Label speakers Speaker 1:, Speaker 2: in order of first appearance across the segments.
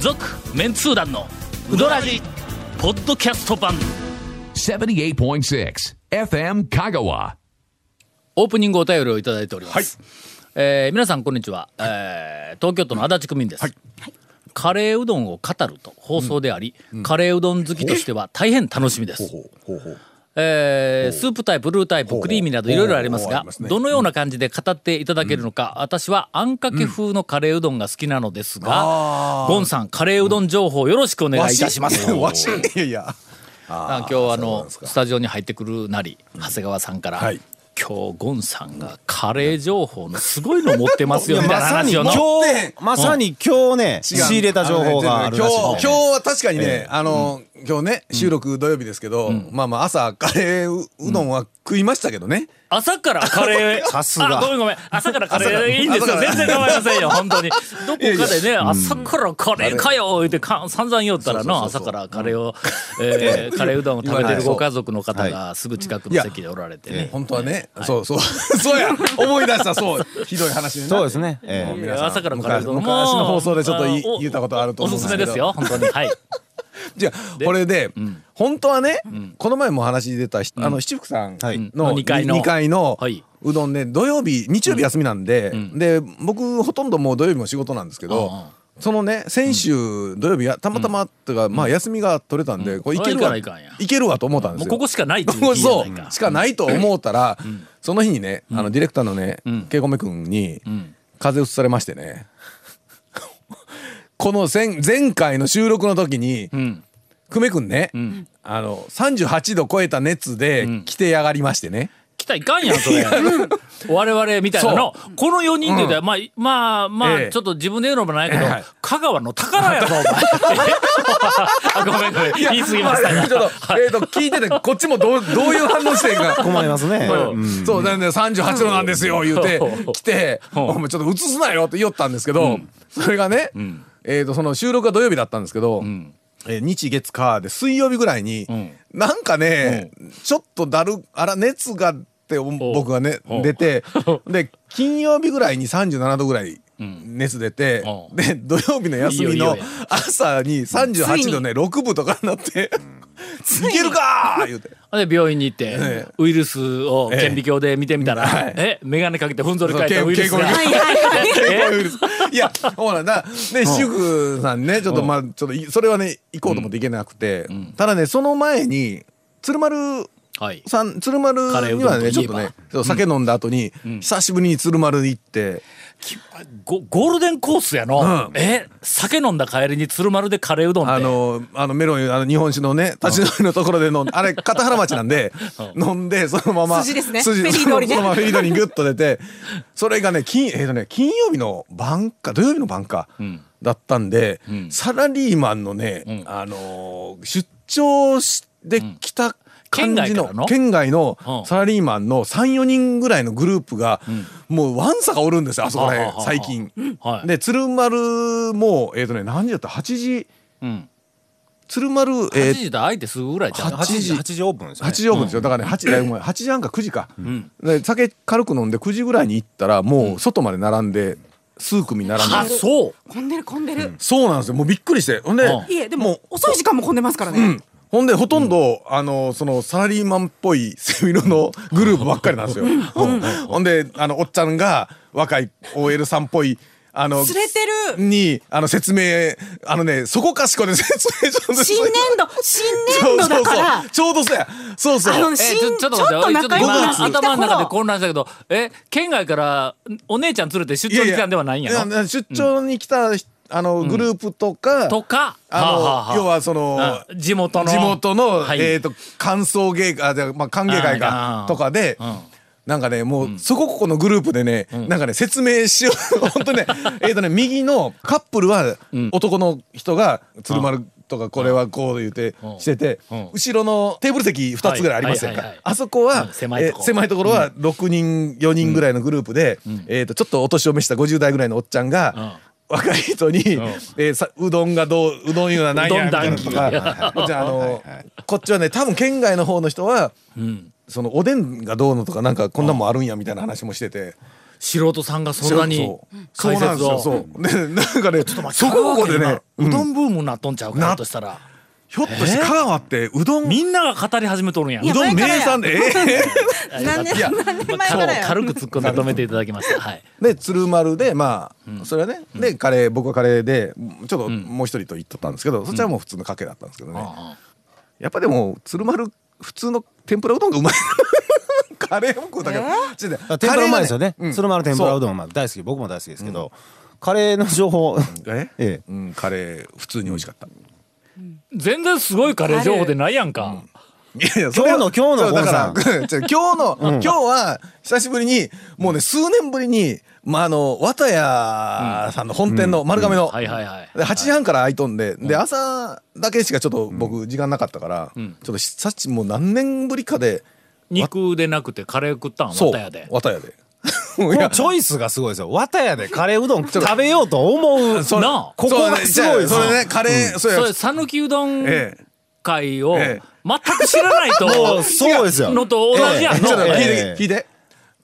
Speaker 1: 続メンツー団のウドラジポッドキャスト版
Speaker 2: 78.6 FM Kagawa.
Speaker 1: オープニングお便りをいただいております、
Speaker 3: はい
Speaker 1: えー皆さんこんにちは、えー東京都の足立区民です、カレーうどんを語ると放送であり、カレーうどん好きとしては大変楽しみです、
Speaker 3: ほうほうほう
Speaker 1: えースープタイプルータイプ
Speaker 3: う
Speaker 1: クリーミーなどいろいろあります
Speaker 3: ほうほうあ
Speaker 1: が
Speaker 3: りますね
Speaker 1: どのような感じで語っていただけるのか、私はあんかけ風のカレーうどんが好きなのですが、ゴンさんカレーうどん情報よろしくお願いいたします、
Speaker 3: わしいやいや
Speaker 1: あ今日あ
Speaker 3: そうなん
Speaker 1: の
Speaker 3: ですか
Speaker 1: スタジオに入ってくるなり長谷川さんから、
Speaker 3: はい
Speaker 1: 今日ゴンさんがカレー情報のすごいの持ってますよみたい
Speaker 4: ま
Speaker 1: な
Speaker 4: さに
Speaker 1: 話を
Speaker 4: 今
Speaker 1: の
Speaker 4: 日、まさに今日ね、仕
Speaker 3: 違う
Speaker 4: 入れた情報があるらしい、ね。
Speaker 3: あのね今日今日は確かにね、あの今日ね収録土曜日ですけど、まあまあ朝カレーううどんは食いましたけどね、
Speaker 1: 朝からカ レー
Speaker 4: さすが
Speaker 1: あごめんごめん朝からカレーいいんです
Speaker 3: 朝
Speaker 1: よ
Speaker 3: から
Speaker 1: 全然構いませんよ本当にどこかでね
Speaker 3: いや
Speaker 1: 朝からカレーかよってか散々言おったらな
Speaker 3: そうそうそう
Speaker 1: 朝からカレーを、 えーカレーうどんを食べてるご家族の方がすぐ近くの席でおられてね、
Speaker 3: 本当はね、そうそう そうや思い出したそうひどい話ね
Speaker 4: そうですね。ええ
Speaker 3: 皆さん
Speaker 1: 朝からカレーうどんも
Speaker 3: 昔昔の放送でちょっとい
Speaker 1: あお
Speaker 3: 言ったことあると思うん
Speaker 1: お
Speaker 3: ですす
Speaker 1: すめ
Speaker 3: け
Speaker 1: で
Speaker 3: ど
Speaker 1: すよ本当にはい
Speaker 3: じゃあこれで、本当はね、この前もお話に出た、ひあの七福さん
Speaker 4: はい
Speaker 3: の
Speaker 1: 二階の
Speaker 3: 二階の
Speaker 1: はいう
Speaker 3: どんね土曜日日曜日休みなんで、で僕ほとんどもう土曜日も仕事なんですけど、そのね先週土曜日やたまたまとか、まあ休みが取れたんで、これいける
Speaker 1: それ
Speaker 3: わ
Speaker 1: はいかないかんや
Speaker 3: いけるわと思ったん
Speaker 1: もう
Speaker 3: ですよ。
Speaker 1: ここしかないっていう
Speaker 3: ここ
Speaker 1: 日じゃな
Speaker 3: そ
Speaker 1: いか
Speaker 3: うしかないと思ったら、その日にねあのディレクターのねけこめくんに風邪うつされましてね この前前回の収録の時に久米くんねあの38度超えた熱で来てやがりましてね
Speaker 1: 来たらいかんやんそれ我々みたいなのこの4人で言うたらまあまあま
Speaker 3: え
Speaker 1: あ
Speaker 3: え
Speaker 1: ちょっと自分で言うのもないけど
Speaker 3: はい
Speaker 1: 香川の宝やぞお前 あごめんごめん言い過ぎました
Speaker 3: あちょっとえーと聞いててこっちもどうどういう反応してんか
Speaker 4: 困りますね。
Speaker 3: そうなんで38度なんですよ言うて
Speaker 1: うん
Speaker 3: 来て「お前ちょっと映すなよ」って言おったんですけどそれがねえーとその収録が土曜日だったんですけどえー日月火で水曜日ぐらいになんかねちょっとだるあら熱がってお僕がね出てで金曜日ぐらいに37度ぐらい。熱出て
Speaker 1: うん
Speaker 3: で土曜日の休み
Speaker 1: いいよい
Speaker 3: の
Speaker 1: いよ
Speaker 3: 朝に38度ね6分とかになって「いけるか!」言うて
Speaker 1: で病院に行って
Speaker 3: え
Speaker 1: ウイルスを顕微鏡で見てみたら
Speaker 3: はい
Speaker 1: え眼鏡かけてふんぞり返ったウイルス
Speaker 3: そう
Speaker 1: が
Speaker 3: けんけんこ
Speaker 5: はいはいは い。
Speaker 3: いやほらなね祝さんねちょっとまあちょっといそれはね行こうと思って行けなくて、ただねその前に鶴丸
Speaker 1: はい
Speaker 3: さん鶴丸
Speaker 1: カレーう
Speaker 3: に
Speaker 1: ど
Speaker 3: は
Speaker 1: んといえば
Speaker 3: ねちょっとねそう酒飲んだ後に、久しぶりに鶴丸に行って、
Speaker 1: ゴゴールデンコースやのえ酒飲んだ帰りに鶴丸でカレーうどん
Speaker 3: あ
Speaker 1: って
Speaker 3: のあのメロンあの日本酒のね立ち飲みのところで 飲んであれ片原町なんで飲んでそのまま
Speaker 5: 筋ですね
Speaker 3: 筋
Speaker 5: フェリー通りね
Speaker 3: そのそのままフェリー通りにグッと出てそれがね金,、えーとね金曜日の晩か土曜日の晩か、だったんで、サラリーマンのね、あのー出張しで来た感
Speaker 1: 県
Speaker 3: じの,、
Speaker 1: 外からの
Speaker 3: 県外の
Speaker 1: うん
Speaker 3: サラリーマンの34人ぐらいのグループが、もうわんさかおるんですよあそこら
Speaker 1: はあはあは
Speaker 3: 辺
Speaker 1: あ
Speaker 3: 最近。
Speaker 1: はい
Speaker 3: で鶴丸もえっ、とね何時だった8時。
Speaker 1: ん
Speaker 3: 鶴丸え
Speaker 1: 8
Speaker 3: ー
Speaker 1: 時で開いてすぐぐらいじゃん
Speaker 4: 8時、8時オープンですよ
Speaker 3: 8
Speaker 4: ね。
Speaker 3: 時オープンですよ、だからね 8, だいぶ前8時半か9時か、で酒軽く飲んで9時ぐらいに行ったらもう外まで並んで数組並んで、
Speaker 1: あそう
Speaker 5: 混んでる混んでる。
Speaker 3: そうなんですよもうびっくりしてほんで、
Speaker 1: うん
Speaker 5: いえでも遅い時間も混んでますからね。
Speaker 3: ほんでほとんど、あのそのサラリーマンっぽいセミロのグループばっかりなんですよ。うんほんであのおっちゃんが若い OL さんっぽいあの
Speaker 5: 連れてる
Speaker 3: にあの説明あのねそこかしこで説明書の
Speaker 5: 新年度新年度だか
Speaker 3: そうそう
Speaker 5: ら。
Speaker 3: そうちょうどそうやそうそう
Speaker 5: あの
Speaker 1: え
Speaker 5: 新
Speaker 1: ち
Speaker 5: ち
Speaker 1: ょ
Speaker 5: ょ
Speaker 1: ちょっと
Speaker 5: ちょっ
Speaker 1: 待って
Speaker 5: と
Speaker 1: ちょっと
Speaker 5: 仲良くなって
Speaker 1: 今
Speaker 5: きた
Speaker 1: 頭の中で
Speaker 5: 頃。
Speaker 1: 混乱したけどえ県外からお姉ちゃん連れて出張に来たんではないんやろ
Speaker 3: いや出張に来た、あのグループとか、
Speaker 1: とか
Speaker 3: あの
Speaker 1: はあはあはあ
Speaker 3: 要はその
Speaker 1: あ地元の
Speaker 3: 地元の、
Speaker 1: はい
Speaker 3: えー、と歓送芸あじゃあまあ歓迎会
Speaker 1: あー
Speaker 3: かとかで、
Speaker 1: ん
Speaker 3: なんかねもう、そこここのグループでね、なんかね説明しよう 本当ねえっとね右のカップルは男の人が鶴丸とかこれはこう言って
Speaker 1: うん
Speaker 3: してて、
Speaker 1: うん
Speaker 3: 後ろのテーブル席2つぐらいありません
Speaker 1: はいはいはい
Speaker 3: か
Speaker 1: はい
Speaker 3: あそこは、
Speaker 1: うん狭いとこ
Speaker 3: えー狭いところは6人4人ぐらいのグループで、えー、とちょっとお年を召した50代ぐらいのおっちゃんが。
Speaker 1: うん
Speaker 3: 若い人に、えーさうどんがどううどんいうのはないやみたいなのと
Speaker 1: うどん談
Speaker 3: かこっちあの、こっちはね多分県外の方の人は、そのおでんがどうのとかなんかこんなんもあるんやみたいな話もしてて
Speaker 1: 素人さんがそんなに
Speaker 3: そう
Speaker 1: 解
Speaker 3: そう
Speaker 1: 説を
Speaker 3: そうなんですよそうでなんかね
Speaker 1: ちょっと待って
Speaker 3: そここで
Speaker 1: 香川
Speaker 3: ね
Speaker 1: 県今うどんブームになっとんちゃうか
Speaker 3: な
Speaker 1: ひょっとしたら
Speaker 3: ひょっとして香川ってうどん
Speaker 1: みんなが語り始めとるんや
Speaker 5: いうや
Speaker 3: どん
Speaker 5: 前から
Speaker 3: 名
Speaker 5: や
Speaker 3: 産でえ
Speaker 1: あ
Speaker 5: 何
Speaker 1: よ
Speaker 5: 年
Speaker 1: かった
Speaker 5: 何年前
Speaker 1: そう
Speaker 5: からや
Speaker 1: 軽く突っ 込んでまとめていただきましたはい
Speaker 3: えで鶴丸でまあそれはねでカレー僕はカレーでちょっともう一人と言っとったんですけどそっちはもう普通のかけだったんですけどねやっぱでも鶴丸普通の天ぷらうどんがうまい カレーも食うたけどちょっと
Speaker 4: 天ぷらうまいですよね
Speaker 3: カレーがうん
Speaker 4: それもある天ぷらうどんまあ大好き僕も大好きですけどカレーの情報
Speaker 3: え
Speaker 4: ええ
Speaker 3: うん、カレー普通に美味しかった。
Speaker 1: 全然すごいカレー情報でないやんか
Speaker 3: いやいやそれは
Speaker 4: 今日の今日
Speaker 3: そ
Speaker 4: の
Speaker 3: うだから
Speaker 4: ゴ
Speaker 3: ちょ今日の、今日は久しぶりにもうね数年ぶりにまああの綿谷さんの本店の丸亀の、
Speaker 1: はいはいはい
Speaker 3: で8時半から開いとんで、で朝だけしかちょっと僕時間なかったから、ちょっと久しもう何年ぶりかで、
Speaker 1: 肉でなくてカレー食ったん
Speaker 3: そう
Speaker 1: 綿屋で
Speaker 3: 綿谷で。
Speaker 4: こ
Speaker 3: い
Speaker 4: の
Speaker 3: や
Speaker 4: チョイスがすごいですよ綿屋でカレーうどん食べようと思う
Speaker 1: それなあ
Speaker 4: ここがすごいで
Speaker 3: そうね
Speaker 4: すよ
Speaker 3: じゃあそれねカレー、そうや
Speaker 1: それ讃岐うどん
Speaker 3: ええ
Speaker 1: 会を全
Speaker 3: ええ
Speaker 1: く知らないと
Speaker 4: もうそうですよ
Speaker 1: のと同じやんの
Speaker 3: ちょっと聞い
Speaker 4: ええ
Speaker 3: て、聞いて。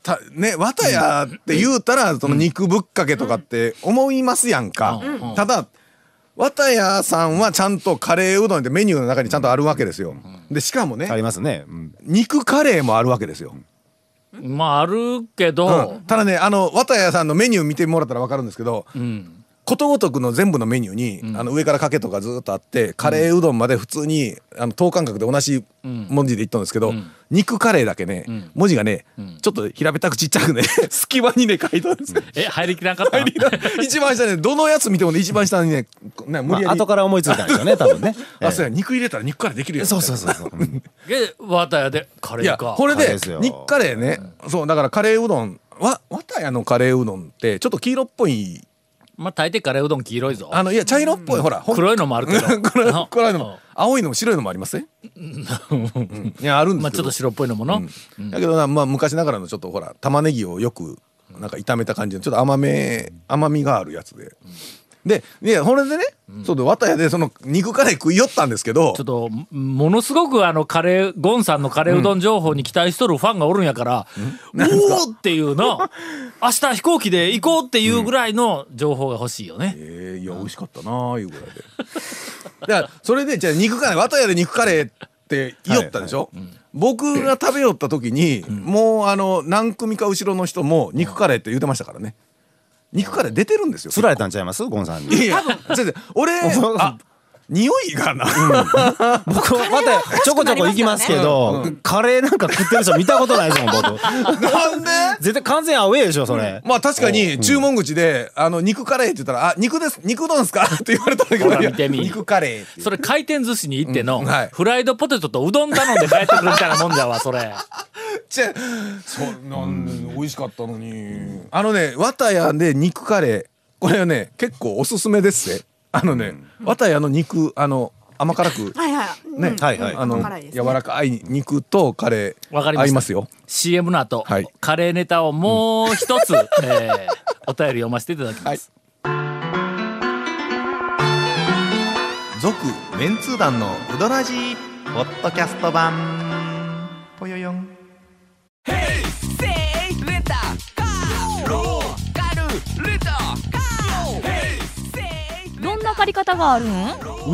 Speaker 3: たね、綿屋って言うたら、その肉ぶっかけとかって思いますやんか。
Speaker 1: うん
Speaker 3: ただ、綿屋さんはちゃんとカレーうどんってメニューの中にちゃんとあるわけですよ。で、しかも
Speaker 4: あ
Speaker 3: ね、
Speaker 4: りますねうん
Speaker 3: 肉カレーもあるわけですよ。
Speaker 1: まああるけ
Speaker 3: う
Speaker 1: ど
Speaker 3: んただね、あの、綿屋さんのメニュー見てもらったらわかるんですけど、
Speaker 1: うん
Speaker 3: ことごとくの全部のメニューに、あの上からかけとかずっとあってカレーうどんまで普通にあの等間隔で同じ文字で言ったんですけど、肉カレーだけね、文字がね、ちょっと平べったくちっちゃくね 隙間にね書いたん ですよ。
Speaker 1: え入りきらんかった
Speaker 3: 一番下ねどのやつ見てもね一番下にねこね無
Speaker 4: ま
Speaker 3: 理やり、
Speaker 4: あ後から思いついたんですよね多分ね
Speaker 3: あそうや
Speaker 4: え
Speaker 3: 肉入れたら肉カレーできる
Speaker 4: え
Speaker 3: よ
Speaker 4: そうそうそうそううん
Speaker 1: で綿屋でカ
Speaker 3: い
Speaker 1: レー
Speaker 3: や
Speaker 1: か
Speaker 3: これ
Speaker 4: カレー
Speaker 3: で
Speaker 4: ですよ
Speaker 3: 肉カレーね、そうだからカレーうどんわ綿屋のカレーうどんってちょっと黄色っぽい
Speaker 1: まあ大抵カレーうどん黄色いぞ
Speaker 3: あのいや茶色っぽい、ほらほん
Speaker 1: 黒いのもあるけど
Speaker 3: これ
Speaker 1: な
Speaker 3: これあの青いのも白いのもありますね。うんいやあるん
Speaker 1: まあ
Speaker 3: ですけ
Speaker 1: ちょっ
Speaker 3: ど。
Speaker 1: と白っぽいのもの
Speaker 3: うんだけどなまあ昔ながらのちょっとほら玉ねぎをよくなんか炒めた感じのちょっと甘め甘みがあるやつで。でいやこれでね、そうで綿屋でその肉カレー食いよったんですけど
Speaker 1: ちょっ。とものすごくあのカレーゴンさんのカレーうどん情報に期待しとるファンがおるんやから、おおっていうの 明日飛行機で行こうっていうぐらいの情報が欲しいよね、
Speaker 3: えー、いや美味しかったなあいうぐらいで。 だからそれでじゃあ肉カレー綿屋で肉カレーって言いよったでしょ、僕が食べよった時に、もうあの何組か後ろの人も肉カレーって言うてましたからね肉カレー出てるんですよ
Speaker 4: 釣られたんちゃいますゴンさん
Speaker 3: い
Speaker 4: に
Speaker 3: やいや違う違う 俺あ匂いがな、
Speaker 4: 僕は綿屋ちょこちょこ行きますけどカレーなんか食ってる人見たことないで すもん僕
Speaker 3: なんで
Speaker 4: 絶対完全アウェーでしょそれ
Speaker 3: まあ確かに注文口で「あの肉カレー」って言ったら「あ肉です肉うどんですか?」 って言われたんだけど
Speaker 1: ほら
Speaker 3: いや
Speaker 1: 見てみ
Speaker 3: 肉カレー」っていう
Speaker 1: それ回転寿司に行っての、
Speaker 3: うんはい
Speaker 1: フライドポテトとうどん頼んで帰ってくるみたいなもんじゃわそ れ
Speaker 3: ちゃそうなんで美味しかったのにあのね綿屋で肉カレーこれはね結構おすすめですねあのね綿屋の肉あの甘辛く
Speaker 5: はいはい。うん
Speaker 3: ね、
Speaker 4: はいはい
Speaker 3: あの
Speaker 5: 甘辛いです
Speaker 3: 柔
Speaker 5: ね
Speaker 3: らかい肉とカレー
Speaker 1: わかりました
Speaker 3: 合いますよ
Speaker 1: CM の後、
Speaker 3: はい
Speaker 1: カレーネタをもう一つ、えーお便り読ませていただきます、
Speaker 6: 続メンツー団のウドラジーポッドキャスト版ぽよよん
Speaker 7: どんな借り方があるん
Speaker 8: ウ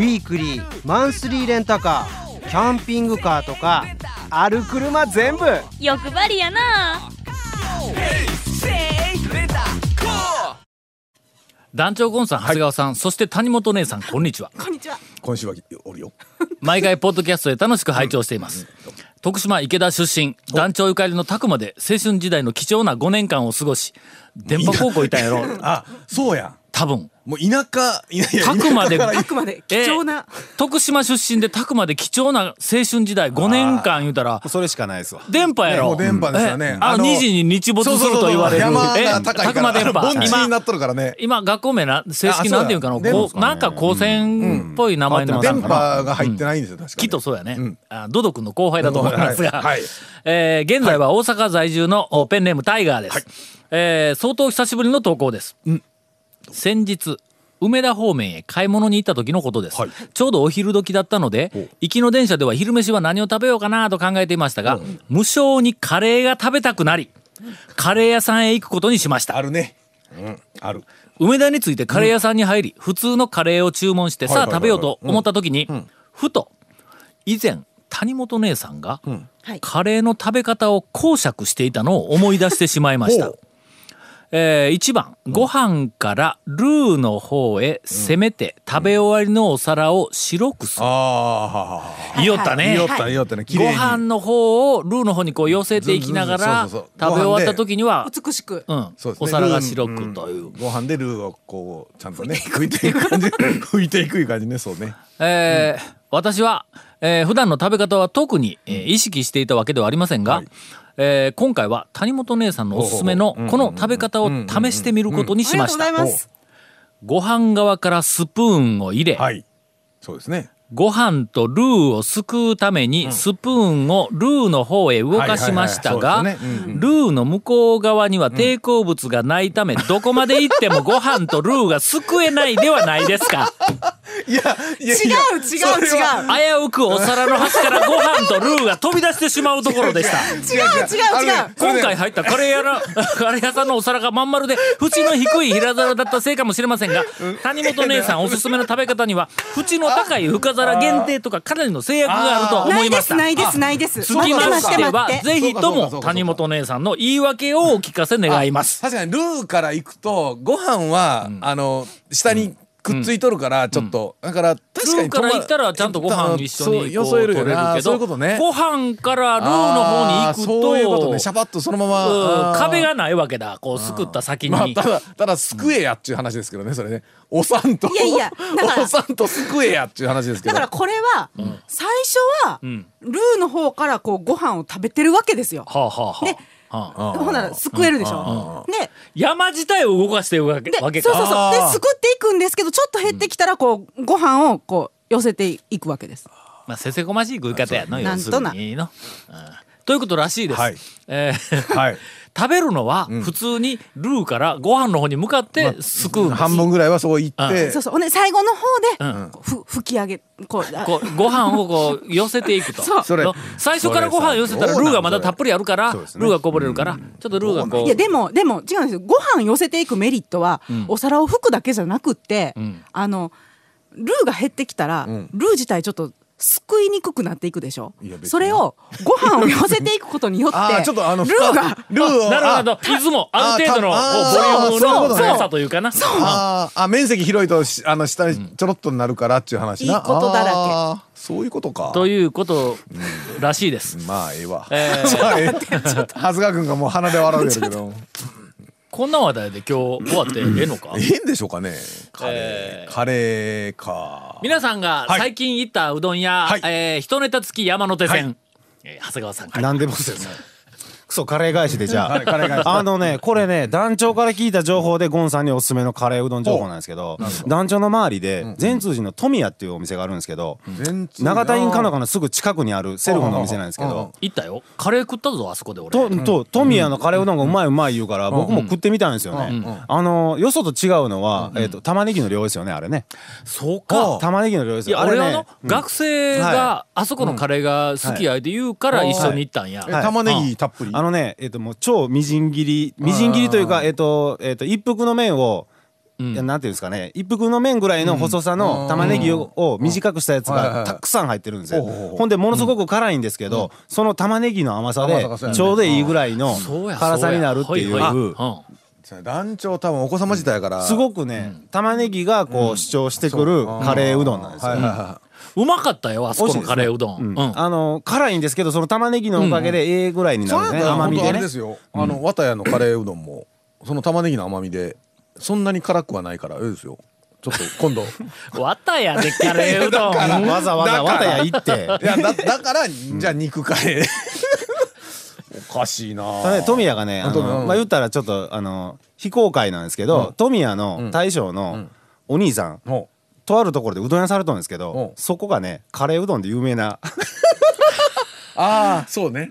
Speaker 8: ィークリーマンスリーレンタカーキャンピングカーとかある車全部
Speaker 7: 欲張りやな
Speaker 1: 団長ゴンさん長谷川さん、そして谷本姉さんこんにちは
Speaker 5: こんにちは。
Speaker 3: 今週はおるよ
Speaker 1: 毎回ポッドキャストで楽しく拝聴しています、徳島池田出身団長ゆかりの宅まで青春時代の貴重な5年間を過ごし電波高校いたんやろ
Speaker 3: あそうや
Speaker 1: 多分
Speaker 3: もう田舎いやいや
Speaker 1: 宅まで
Speaker 3: 田舎から
Speaker 5: あくまで貴重な。
Speaker 1: 徳島出身で宅まで貴重な青春時代5年間言うたら
Speaker 4: それしかないですわ
Speaker 1: 電波やろ、
Speaker 3: ねもう電波ですよね
Speaker 1: えあの
Speaker 3: あの
Speaker 1: 2時に日没
Speaker 3: そう
Speaker 1: す
Speaker 3: そう
Speaker 1: る
Speaker 3: そう
Speaker 1: と言われる
Speaker 3: 山
Speaker 1: え
Speaker 3: が高い
Speaker 1: 宅
Speaker 3: か
Speaker 1: ま電
Speaker 3: ら
Speaker 1: 波
Speaker 3: 盆地になっとるからね
Speaker 1: 今学校名な正式なんていうんかな
Speaker 3: あそうや
Speaker 1: こうなんか高専っぽい名前になったん
Speaker 3: 電
Speaker 1: かな
Speaker 3: 波が入ってないんですよ確かに
Speaker 1: きっとそうやね、あドド君の後輩だと思いますが、
Speaker 3: はいはい
Speaker 1: えー現在は大阪在住のおペンネームタイガーです、えー相当久しぶりの投稿です、先日梅田方面へ買い物に行った時のことです、ちょうどお昼時だったので行きの電車では昼飯は何を食べようかなと考えていましたが、無性にカレーが食べたくなりカレー屋さんへ行くことにしました
Speaker 3: あるねうんある
Speaker 1: 梅田についてカレー屋さんに入り、普通のカレーを注文して、
Speaker 3: はいはいは
Speaker 1: さ
Speaker 3: い
Speaker 1: あ食べようと思った時に、ふと以前谷本姉さんが、
Speaker 5: はい
Speaker 1: カレーの食べ方を講釈していたのを思い出してしまいました
Speaker 3: ほう。
Speaker 1: え1番ご飯からルーの方へ攻めて食べ終わりのお皿を白くす
Speaker 3: あ
Speaker 1: る、
Speaker 3: あははは
Speaker 1: 言いよったね
Speaker 3: 言おっ
Speaker 5: は
Speaker 3: た
Speaker 5: い
Speaker 3: 言おったね綺
Speaker 1: ご
Speaker 3: 麗に
Speaker 1: 飯の方をルーの方にこう寄せていきながら
Speaker 3: ずずず
Speaker 1: 食
Speaker 3: そう
Speaker 1: べ
Speaker 3: そうそう
Speaker 1: 終わった時には、
Speaker 5: 美しく。
Speaker 1: うん
Speaker 3: そうですね
Speaker 1: お皿が白くという
Speaker 3: ルーうんご飯でルーをこうちゃんと ね拭いていく感じ拭いていくいう感じねそうね
Speaker 1: えー私は、えー普段の食べ方は特に、えー意識していたわけではありませんが、えー今回は谷本姉さんのおすすめのこの食べ方を試してみることに
Speaker 5: あ
Speaker 1: し
Speaker 5: りが
Speaker 1: ま
Speaker 5: とう
Speaker 1: し
Speaker 5: ござ
Speaker 1: た
Speaker 5: います。
Speaker 1: ご飯側からスプーンを入れ、
Speaker 3: はいそうですね
Speaker 1: ご飯とルーをすくうためにスプーンをルーの方へ動かしました
Speaker 3: は
Speaker 1: が
Speaker 3: いは
Speaker 1: ル
Speaker 3: いはいそうですね
Speaker 1: ーの向こう側には抵抗物がないためどこまで行ってもご飯とルーがすくえないではないですか。
Speaker 3: いやいや
Speaker 5: 違
Speaker 3: いや
Speaker 5: う違う
Speaker 3: それは
Speaker 1: 危うくお皿の端からご飯とルーが飛び出してしまうところでした。
Speaker 5: 違う違う
Speaker 3: あのね
Speaker 5: 違う。
Speaker 3: それ
Speaker 1: 今
Speaker 3: ね
Speaker 1: 回入ったカレー屋の カレー屋さんのお皿がまん丸で縁の低い平皿だったせいかもしれませんが谷本姉さんおすすめの食べ方には縁の高い深皿限定とかかなりの制約があると
Speaker 5: な
Speaker 1: 思い
Speaker 5: い
Speaker 1: ま
Speaker 5: で
Speaker 1: し
Speaker 5: す
Speaker 1: た。
Speaker 5: ないですないです。
Speaker 1: つきましては
Speaker 5: 待って待って。
Speaker 1: ぜひと
Speaker 3: そうかそ
Speaker 1: も
Speaker 3: うかそうか
Speaker 1: 谷本姉さんの言い訳をお聞かせ願います。
Speaker 3: 確かにルーから行くとご飯は、あの下にくっついとるからちょっと、だから確か
Speaker 1: ルー
Speaker 3: に
Speaker 1: から行ったらちゃんとご飯一緒にこう
Speaker 3: よ
Speaker 1: 取
Speaker 3: そ
Speaker 1: れ
Speaker 3: え
Speaker 1: る
Speaker 3: る
Speaker 1: け
Speaker 3: よな
Speaker 1: ど
Speaker 3: そういうことね
Speaker 1: ご飯からルーの方に行くと
Speaker 3: あーそういうことねシャバッとそのまま
Speaker 1: う
Speaker 3: あ
Speaker 1: ん
Speaker 3: ー
Speaker 1: 壁がないわけだこうすくった先に、
Speaker 3: まあただただ救えやっちゅう話ですけどねそれねおさんと
Speaker 5: いやいやだから
Speaker 3: おさんと救えやっちゅう話ですけ
Speaker 5: だ
Speaker 3: ど
Speaker 5: からこれは最初はルーの方からこうご飯を食べてるわけですよ。
Speaker 1: はあはあはあ
Speaker 5: で
Speaker 1: はあ
Speaker 5: ほんならすくえるでしょ。で
Speaker 1: 山自体を動かしてるわけ
Speaker 5: で
Speaker 1: わけ
Speaker 5: そうそう
Speaker 1: か
Speaker 5: そうですくっていくんですけどちょっと減ってきたらこうご飯をこう寄せていくわけです。
Speaker 1: まあせせこましい食い方やの
Speaker 5: そうね
Speaker 1: 要するにのうんということらしいです、
Speaker 3: はい
Speaker 1: えー
Speaker 3: はい
Speaker 1: 食べるのは普通にルーからご飯の方に向かってすくうんです
Speaker 3: 半分ぐらいはそう行って
Speaker 5: そうそう。ほんで最後の方でこうふ吹き上げこうあ
Speaker 1: こうご飯をこう寄せていくと
Speaker 5: そう
Speaker 3: それ
Speaker 1: の最初からご飯寄せたら
Speaker 3: そ
Speaker 1: ル
Speaker 3: れそう
Speaker 1: ーがまだたっぷりあるから、
Speaker 3: そう
Speaker 1: ル
Speaker 3: ですね
Speaker 1: ーがこぼれるからちょっとルーがこう
Speaker 5: いやでもでも違うんですよご飯寄せていくメリットは、お皿を拭くだけじゃなくって、あのルーが減ってきたら、ルー自体ちょっとすくいにくくなっていくでしょ
Speaker 3: や別に
Speaker 5: それをご飯を寄せていくことによって
Speaker 3: あーちょっとあの
Speaker 5: ルーが
Speaker 3: ルーを
Speaker 1: なるほど
Speaker 3: あ
Speaker 1: いつもある程度のこ
Speaker 3: あ
Speaker 1: うボリューム
Speaker 3: そう
Speaker 1: の
Speaker 3: そうそう
Speaker 1: 強さというかなうん
Speaker 3: あーあ面積広いとしあの下にちょろっとなるからっちゅう話ない
Speaker 5: いことだらけ
Speaker 3: あーそういうことか
Speaker 1: ということらしいです。
Speaker 3: まあええわ、
Speaker 1: えー
Speaker 3: まあええはずがくんがもう鼻で笑うてるけど
Speaker 1: こんな話題で今日終わってええのか
Speaker 3: ええんでしょうかねカレー、
Speaker 1: えー
Speaker 3: カレーか
Speaker 1: 皆さんが
Speaker 3: はい
Speaker 1: 最近行ったうどん屋、
Speaker 3: はい
Speaker 1: えー一ネタ付き山手線、
Speaker 3: はい
Speaker 1: えー長谷川さんから。
Speaker 4: なんでもそうですクソカレー返しでじゃ
Speaker 3: カレーカレー返し
Speaker 4: ああのねこれね団長から聞いた情報でゴンさんにおすすめのカレーうどん情報なんですけど団長の周りで善通寺の富谷っていうお店があるんですけど
Speaker 3: 全通
Speaker 4: 永田院かのかのすぐ近くにあるセルフのお店なんですけど
Speaker 1: 行ったよカレー食ったぞあそこで俺
Speaker 4: と、と、富谷のカレーうどんがうまいうまい言うから、僕も食ってみたんですよね。あの、よそと違うのは、えっと、玉ねぎの量ですよね、あれね。
Speaker 1: そうか
Speaker 4: 玉ねぎの量です
Speaker 1: いや
Speaker 4: よ。あれ
Speaker 1: 俺は
Speaker 4: ね
Speaker 1: の、、学生が
Speaker 4: は
Speaker 1: あそこのカレーが好きやで言うから一緒に行ったんや、
Speaker 3: え玉ねぎたっぷり
Speaker 4: あのね、えっと、もう超みじん切り、みじん切りというか、えっと、えっと、一服の麺を。いやなんていうんですかね一服の麺ぐらいの細さの玉ねぎをを短くしたやつ
Speaker 3: はいはいは
Speaker 4: が
Speaker 3: い
Speaker 4: たくさん入ってるんですよ
Speaker 3: ほうほうほう
Speaker 4: ほんでものすごく辛いんですけどその玉ねぎの甘さで
Speaker 3: 甘さが
Speaker 4: ちょうどいいぐらいの
Speaker 1: そうや
Speaker 4: 辛さになるってい
Speaker 1: そうやほいほいううん
Speaker 3: 団長多分お子様自体やから
Speaker 4: すごくね、玉ねぎがこう主張してくるカレーうどんなんですよ。
Speaker 3: はいはいは
Speaker 1: うまかったよあそこのカレーうどん、
Speaker 4: う
Speaker 1: う
Speaker 4: ん
Speaker 1: ん
Speaker 4: あの辛いんですけどその玉ねぎのおかげでええぐらいに
Speaker 3: い
Speaker 4: な
Speaker 3: そ
Speaker 4: る
Speaker 3: れ
Speaker 4: ね、
Speaker 3: だ
Speaker 4: 甘
Speaker 3: 甘
Speaker 4: み
Speaker 3: みで
Speaker 4: で
Speaker 3: あれ
Speaker 4: ね
Speaker 3: ですよあの綿谷のカレーうどんもその玉ねぎの甘みでそんなに辛くはないからええですよちょっと今 度
Speaker 1: わたやでカレーう どん
Speaker 4: わざわざわたや行って
Speaker 3: いやだだからじゃあ肉カレー おかしいな
Speaker 4: ただね富谷がねあ
Speaker 3: 富谷う
Speaker 4: の、
Speaker 3: ん
Speaker 4: まあ、言ったらちょっとあの非公開なんですけど、富谷の大将のお兄さん、
Speaker 3: ほ
Speaker 4: とあるところでうどん屋されとんですけど、
Speaker 3: うん
Speaker 4: そこがねカレーうどんで有名な
Speaker 3: ああそうね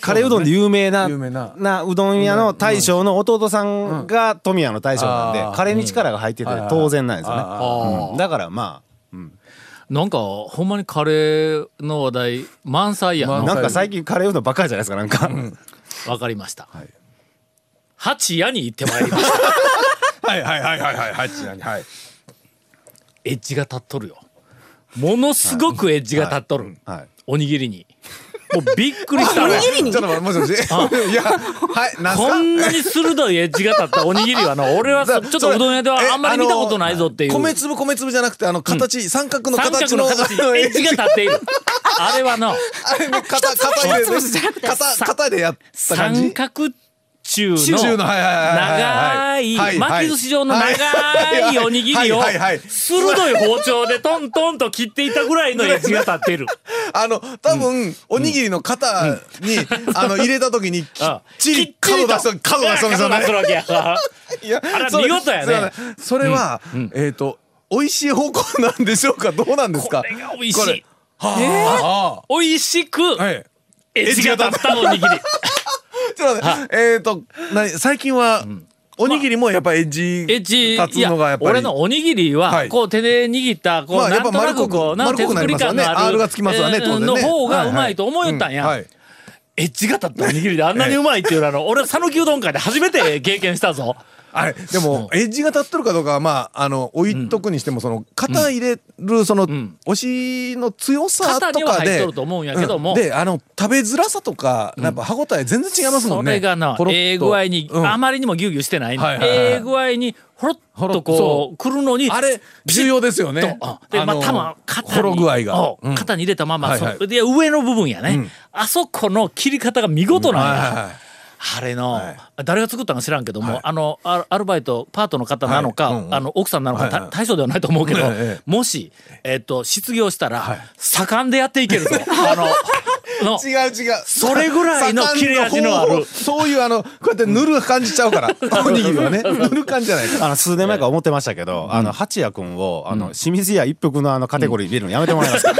Speaker 4: カレーうどんで有名な
Speaker 3: 有名な
Speaker 4: うどん屋の大将の弟さんが富谷の大将なんで、
Speaker 3: あー
Speaker 4: カレーに力が入ってて
Speaker 3: はいはい
Speaker 4: 当然なんですよね。
Speaker 3: あ
Speaker 1: あ
Speaker 4: う
Speaker 1: ー
Speaker 4: んだからま
Speaker 1: なんかほんまにカレーの話題満載や
Speaker 4: あ
Speaker 1: な
Speaker 4: なんか最近カレーうどんばっかりじゃないですかなんか、
Speaker 1: わかりました、八夜に行ってまいりま した
Speaker 3: はいはいはいはいはいはいちなみにはい
Speaker 1: エッジが立っとるよものすごくエッジが立っとる、
Speaker 4: はい
Speaker 1: おにぎりにもうびっくりした
Speaker 5: お
Speaker 1: ね
Speaker 5: にぎりに
Speaker 3: ちょっと待ってもしもし いやはいなんすか
Speaker 1: こんなに鋭いエッジが立ったおにぎりはな俺はちょっとうどん屋ではあんまり見たことないぞっていう
Speaker 3: えあの米粒米粒じゃなくてあの形、三角の
Speaker 1: 三
Speaker 3: 形
Speaker 1: 角
Speaker 3: の
Speaker 1: の形 にエッジが立っているあれはの
Speaker 3: あれの型型入れ
Speaker 5: 一粒じゃなくて
Speaker 3: 型型でやった感じ
Speaker 1: 三角中
Speaker 3: 中の
Speaker 1: の
Speaker 3: はいはい
Speaker 1: 長
Speaker 3: はいはいいはい
Speaker 1: 巻き寿司状の長いおにぎりを
Speaker 3: はいはいはい
Speaker 1: 鋭い包丁でトントンと切っていたぐらいのエッジが立っている
Speaker 3: あの多分、おにぎりの型に、 あの入れた時にきっ
Speaker 1: あ
Speaker 3: ちり角出す角出すんですよね
Speaker 1: 角出すわけや
Speaker 3: いや
Speaker 1: あら
Speaker 3: それ
Speaker 1: 見事やね
Speaker 3: すいませんそれは、えっ、と美味しい方向なんでしょうかどうなんですか
Speaker 1: これが美味
Speaker 3: こ
Speaker 1: しい
Speaker 3: れは
Speaker 1: 美味しく
Speaker 3: あ、はい
Speaker 1: エッジが立ったお にぎり
Speaker 3: ちょっと待ってえっ、と何最近は、おにぎりもやっぱエッジ
Speaker 1: エッジ
Speaker 3: 立つのがやっ
Speaker 1: いや
Speaker 3: ぱ
Speaker 1: 俺
Speaker 3: り
Speaker 1: のおにぎり
Speaker 3: は
Speaker 1: はいこう手で握ったこう、
Speaker 3: まあ
Speaker 1: な
Speaker 3: や
Speaker 1: ん
Speaker 3: っ
Speaker 1: と
Speaker 3: ぱ
Speaker 1: なくこうな
Speaker 3: 丸
Speaker 1: 手
Speaker 3: っこく
Speaker 1: 作り感のある、
Speaker 3: 丸っこくなりますわね R がつきますわね
Speaker 1: えー
Speaker 3: 当然ね
Speaker 1: の方がうまいと思
Speaker 3: はい
Speaker 1: よったんや、
Speaker 3: はい
Speaker 1: エッジが立ったおにぎりであんなにうまいっていうのはあの俺は讃岐うどん会で初めて経験したぞ
Speaker 3: あれでもエッジが立ってるかどうかはまああの置いとくにしてもその肩入れるその
Speaker 1: ん
Speaker 3: 押しの強さ
Speaker 1: 肩
Speaker 3: と
Speaker 1: には
Speaker 3: か
Speaker 1: 入っ
Speaker 3: で
Speaker 1: とると思うんやけども
Speaker 3: うんであの食べづらさとかやっぱ歯ごたえ全然違いますも
Speaker 1: そ
Speaker 3: んね
Speaker 1: れがな
Speaker 3: ポロッと
Speaker 1: ええ具合に、
Speaker 3: うん
Speaker 1: あまりにもギュウギュウしてない,、
Speaker 3: はいはいはい
Speaker 1: ええ具合にほろっとこうくるのに
Speaker 3: あれ重要ですよね
Speaker 1: とで、まあ、
Speaker 3: の
Speaker 1: 多分肩に
Speaker 3: ほろ具合が
Speaker 1: お肩に入れたまま、
Speaker 3: はいはい
Speaker 1: そので上の部分やね、あそこの切り方が見事なんや、
Speaker 3: はいはい
Speaker 1: あれの、
Speaker 3: はい
Speaker 1: 誰が作ったのか知らんけども、
Speaker 3: はい
Speaker 1: あのアルアルバイトパートの方なのか、
Speaker 3: はいうんうん
Speaker 1: あの奥さんなのか、
Speaker 3: はいはい
Speaker 1: た大将ではないと思うけど、
Speaker 3: ええええ
Speaker 1: もし、えっと失業したら、
Speaker 3: はい
Speaker 1: 盛んでやっていける ぞあのの
Speaker 3: 違う違う
Speaker 1: それぐらいの切れ味のある
Speaker 3: 盛ん方法そういうあのこうやって塗る感じちゃうからおにぎりはね塗る感じじゃないから
Speaker 4: あの数年前から思ってましたけど、あの八谷君をあの清水屋一服のあのカテゴリーに入れるのやめてもらえますか。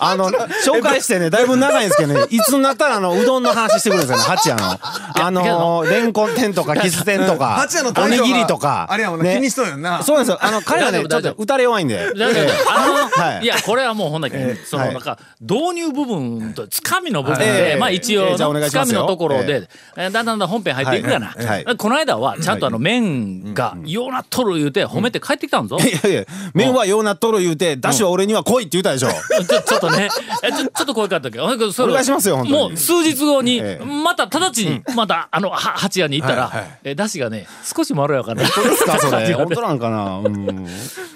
Speaker 4: あの紹介してねだいぶ長いんですけどねいつになったらあのうどんの話してくるんですよね八谷のあのレンコン店とかキス店とか
Speaker 3: 八谷の
Speaker 4: お
Speaker 3: 大将
Speaker 4: に
Speaker 3: が
Speaker 4: ぎりとか
Speaker 3: あれやもんな
Speaker 4: ね
Speaker 3: 気にしとんやんな
Speaker 4: そうなんですよあの彼はね
Speaker 1: 大
Speaker 4: ち
Speaker 1: 丈夫
Speaker 4: ょっと打たれ弱いんで
Speaker 1: だけど
Speaker 4: ええ
Speaker 1: あの、
Speaker 4: はい
Speaker 1: い、やこれはもうほんだけ、
Speaker 4: ええ
Speaker 1: その
Speaker 4: はい
Speaker 1: なんか導入部分とつかみの部分で、
Speaker 4: ええ
Speaker 1: まあ一
Speaker 4: え
Speaker 1: 応
Speaker 4: えじゃあお
Speaker 1: の、
Speaker 4: 願い
Speaker 1: つ
Speaker 4: し
Speaker 1: か
Speaker 4: ま
Speaker 1: み
Speaker 4: すよ
Speaker 1: のところで、えーだんだんだん本編入っていくがな、
Speaker 4: はいはいはい
Speaker 1: この間はちゃんとあの麺がようなっとる言うて褒めて帰ってきたんぞ、
Speaker 4: いやいや麺はようなっとる言うてだしは俺には来いって言ったでしょ
Speaker 1: ちょちょっとねえちょちょっと声かけたけどほんでそれ
Speaker 4: お願いしますよ本当に
Speaker 1: もう数日後に
Speaker 4: ええ
Speaker 1: また直ちにまたあのは八屋に行ったら、
Speaker 3: はいはい
Speaker 1: えだしがね少しまろやかな
Speaker 4: どうです かそ
Speaker 1: 八 谷
Speaker 4: れ
Speaker 1: が
Speaker 4: 本
Speaker 1: ね
Speaker 4: 当なんかなうん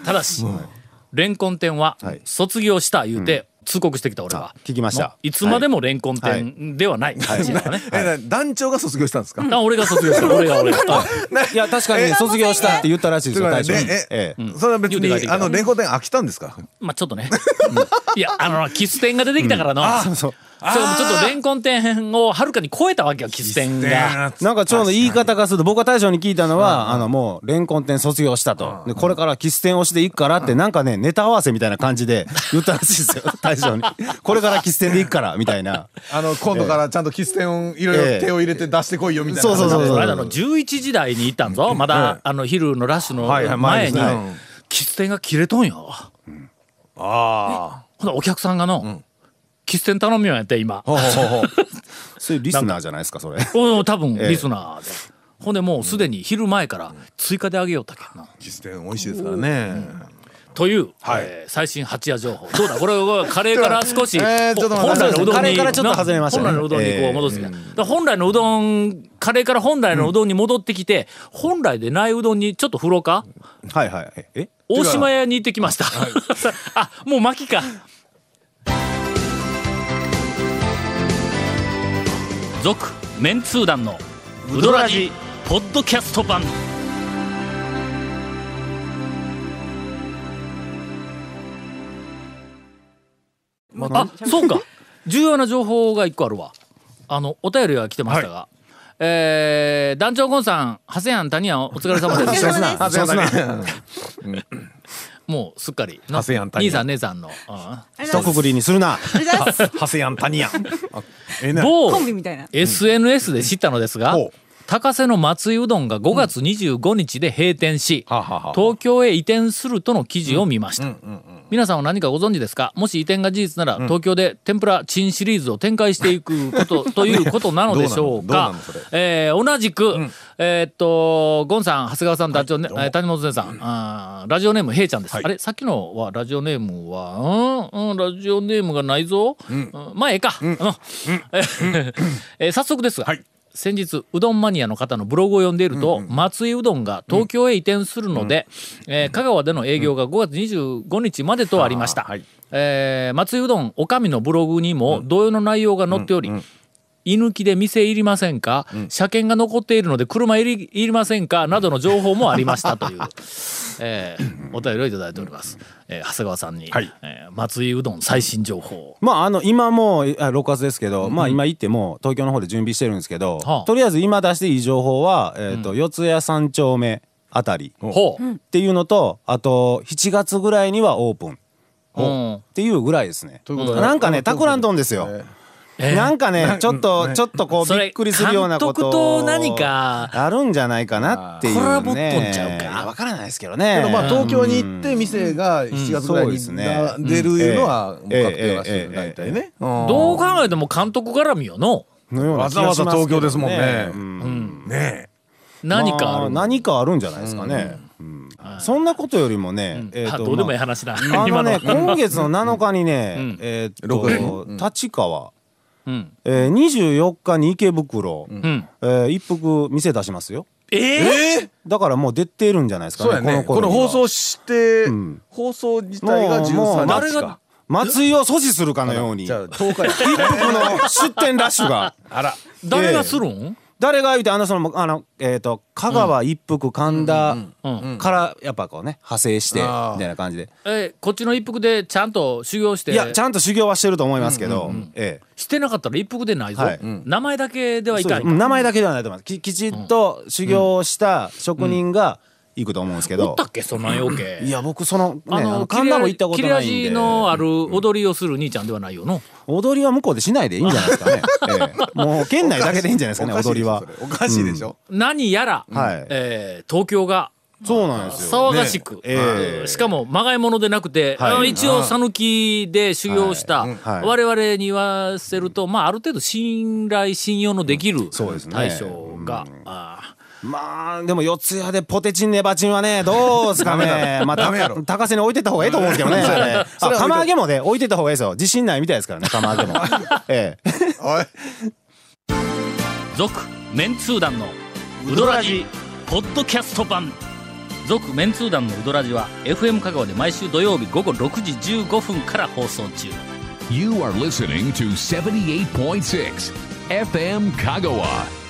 Speaker 1: ただし、レンコン店は
Speaker 4: はい
Speaker 1: 卒業した言うて通告してきた俺は
Speaker 4: あ、聞きました
Speaker 1: もういつまでもレンコン店ではない感じだからね、
Speaker 3: えな団長が卒業したんですか
Speaker 1: あ俺が卒業した俺が俺があ
Speaker 4: いや確かにね卒業したって言ったらしいですよ大
Speaker 3: す
Speaker 4: 将
Speaker 3: いま
Speaker 4: に
Speaker 3: せんね
Speaker 4: ええ
Speaker 3: えそれは
Speaker 1: 言
Speaker 3: 別
Speaker 1: うて帰ってき
Speaker 3: に
Speaker 1: た
Speaker 3: あのレンコン店飽きたんですか
Speaker 1: まあちょっとね、うんいやあのキス店が出てきたからの、そう
Speaker 4: そ
Speaker 1: ち
Speaker 4: う
Speaker 1: ょっとレンコン店をはるかに超えたわけよキス店が。
Speaker 4: なんかちょうど言い方がすると僕が大将に聞いたのは、あのもうレンコン店卒業したと、でこれからキス店をしていくからってなんかねネタ合わせみたいな感じで 言ったらしいですよ大将にこれからキス店で行くからみたいな
Speaker 3: あの今度からちゃんと喫煙をいろいろ手を入れて出してこいよみたいな
Speaker 4: そうそうそう
Speaker 1: この間の11時台にいたんぞまだあの昼のラッシュの
Speaker 3: はいはい前
Speaker 1: 前
Speaker 3: です
Speaker 1: に
Speaker 3: ね
Speaker 1: キス店が切れとんよ。
Speaker 3: あ
Speaker 1: ほなお客さんがのキス店頼みようやって今。
Speaker 3: あほうほうほう
Speaker 4: そういうリスナーじゃないですかそれ
Speaker 1: おお多分
Speaker 4: ええ
Speaker 1: リスナーで、ほんでもうすでに昼前から追加であげようったけどな
Speaker 3: 喫煙美味しいですからね
Speaker 1: という、
Speaker 3: はい
Speaker 1: えー最新八夜情報どうだこれはカレーから少し、
Speaker 3: えーちょっと待っ
Speaker 1: 本
Speaker 3: て
Speaker 1: 来のうどんに
Speaker 4: カレーからちょっと外れましたね
Speaker 1: な本来のうどんにこ
Speaker 4: え
Speaker 1: う
Speaker 4: え
Speaker 1: 戻すみたいなだから本来のうどんカレーから本来のうどんに戻ってきて、本来でないうどんにちょっと風呂か
Speaker 4: はいはいえ
Speaker 1: 大島屋に行ってきました、 あもう巻きか続メンツー団のウドラジポッドキャスト版あそうか重要な情報が一個あるわあのお便りが来てましたが、えー団長ゴンさん長谷庵谷庵お疲れ様です
Speaker 5: お疲れ様です
Speaker 4: あそうすな
Speaker 1: もうすっかりな
Speaker 3: ハセヤンタニヤ
Speaker 1: 兄さん姉さんの、う
Speaker 4: 一括りにする な
Speaker 5: ありがとうございます
Speaker 3: ハセヤンタニヤンええ
Speaker 1: ん
Speaker 3: ね
Speaker 1: 某
Speaker 5: コンビみたいな
Speaker 1: SNS で知ったのですが、
Speaker 3: ほう
Speaker 1: 高瀬の松井うどんが5月25日で閉店し、
Speaker 3: はあはあはあ
Speaker 1: 東京へ移転するとの記事を見ました、皆さんは何かご存知ですかもし移転が事実なら、東京で天ぷらチンシリーズを展開していくことということなのでしょう
Speaker 3: どうな
Speaker 1: か
Speaker 3: のどうなのそ
Speaker 1: えー同じく、えーっとゴンさん長谷川さんダチョウね、
Speaker 3: うも
Speaker 1: えー谷本先さん、あーラジオネームへいちゃんです、
Speaker 3: はい
Speaker 1: あれさっきのはラジオネームはうん、うん、ラジオネームがないぞ、うん、まあええか、うんえー えー早速ですが、
Speaker 3: はい
Speaker 1: 先日うどんマニアの方のブログを読んでいると、松井うどんが東京へ移転するので、えー香川での営業が5月25日までとありました、
Speaker 3: はい
Speaker 1: えー松井うどんおかみのブログにも同様の内容が載っており、居抜きで店いりませんか、車検が残っているので車いりいりませんかなどの情報もありましたと いう、えーお便りをいただいております、えー長谷川さんに、
Speaker 3: はい
Speaker 1: えー松井うどん最新情報を
Speaker 4: まああの今もうあ6月ですけど、まあ今行ってもう東京の方で準備してるんですけど、
Speaker 1: はあ
Speaker 4: とりあえず今出していい情報は、えーと四谷三丁目あたりっ
Speaker 1: ほう、うん
Speaker 4: ていうのとあと7月ぐらいにはオープンっていうぐらいですね。
Speaker 3: いうことは
Speaker 4: なんかね企んどんですよ。
Speaker 1: えー
Speaker 4: なんかねちょっとちょっとこう
Speaker 1: それ
Speaker 4: びっくりするようなこと
Speaker 1: 監督と何か
Speaker 4: あるんじゃないかなっていうね。
Speaker 1: コラボっぽんちゃうか
Speaker 4: いやわからないですけどね。
Speaker 3: まあ東京に行って店が7月ぐらい
Speaker 4: そうで
Speaker 3: に
Speaker 4: すね
Speaker 3: な出るいうのはもう確
Speaker 4: ええ
Speaker 3: 定らしい
Speaker 4: えええ
Speaker 3: よ
Speaker 4: え
Speaker 3: 大体ねうん
Speaker 1: どう考えても監督絡みよの
Speaker 4: のような気がしますけどね
Speaker 3: わざわざ東京ですもんね
Speaker 4: うん
Speaker 3: ね
Speaker 1: 何かあ
Speaker 4: ま
Speaker 1: る
Speaker 4: あ何かあるんじゃないですかね。うんそんなことよりもね、えー
Speaker 1: あ
Speaker 4: と
Speaker 1: どうでもいい
Speaker 4: まあ
Speaker 1: 話だ、
Speaker 4: あの
Speaker 1: 今の
Speaker 4: ね、今月の7日 にね、
Speaker 1: ん
Speaker 4: えーっ
Speaker 3: 六
Speaker 4: と、立川、
Speaker 1: うん
Speaker 4: えー、24日に池袋、
Speaker 1: うん
Speaker 4: えー一服店出しますよ。
Speaker 1: えー
Speaker 3: ええ
Speaker 4: だからもう出てるんじゃないですか
Speaker 3: そうやね
Speaker 4: ね、
Speaker 3: こ
Speaker 4: 頃
Speaker 3: の
Speaker 4: には
Speaker 3: 放送して
Speaker 4: ん
Speaker 3: 放送自体が
Speaker 4: もうもう
Speaker 3: 13
Speaker 4: 誰
Speaker 3: 日か
Speaker 4: が松井を阻止するかのように、
Speaker 3: じゃ
Speaker 4: 一
Speaker 3: あ10日や
Speaker 4: 服の出店ラッシュが。
Speaker 3: あら
Speaker 1: 誰がするん、
Speaker 4: 誰が言うてあのそのあのえっ、と香川一服神田からやっぱこうね派生してみ
Speaker 3: あー
Speaker 4: たいな感じで
Speaker 1: えーこっちの一服でちゃんと修行して
Speaker 4: いやちゃんと修行はしてると思いますけど、ええ
Speaker 1: してなかったら一服でないぞ、
Speaker 4: はい
Speaker 1: 名前だけではい
Speaker 4: そう
Speaker 1: か
Speaker 4: で
Speaker 1: ん
Speaker 4: すうん名前だけではないと思いますききちっと修行をした職人が行くと思うんですけ
Speaker 1: お
Speaker 4: ど
Speaker 1: った、っけそんなんよけ
Speaker 4: いや僕その,、ね、あの
Speaker 1: 切れ
Speaker 4: 神田
Speaker 1: 味
Speaker 4: も行ったことないん
Speaker 1: 切れ
Speaker 4: で
Speaker 1: 味のある踊りをする兄ちゃんではないよの、
Speaker 4: 踊りは向こうでしないでいいんじゃないですかね、ええもう県内だけでいいんじゃないですかね
Speaker 3: おかしい
Speaker 4: 踊りは
Speaker 3: でしょそれおかしいでしょ
Speaker 1: 何やら、
Speaker 4: はい
Speaker 1: えー東京が
Speaker 4: そうなんですよ
Speaker 1: 騒がしく、
Speaker 4: ええ
Speaker 1: うんしかもまがいものでなくて、
Speaker 4: はい
Speaker 1: あの一応讃岐で修行した、
Speaker 4: いはい
Speaker 1: 我々に言わせると、まあ、ある程度信頼信用のできる
Speaker 4: そうですね
Speaker 1: 対象が、あ
Speaker 4: まあでも四谷でポテチンネバチン はねどうですかねまあ
Speaker 3: ダメやろ
Speaker 4: た高瀬に置いてった方がいいと思うんで すけどねあれあ釜揚げもね置いてった方がいいですよ自信ないみたいですからね 釜揚げもええ
Speaker 3: おい
Speaker 1: ー続メンツー団のウドラジポッドキャスト版続メンツー団のウドラジは FM 香川で毎週土曜日午後6時15分から放送中
Speaker 2: You are listening to 78.6 FM Kagawa.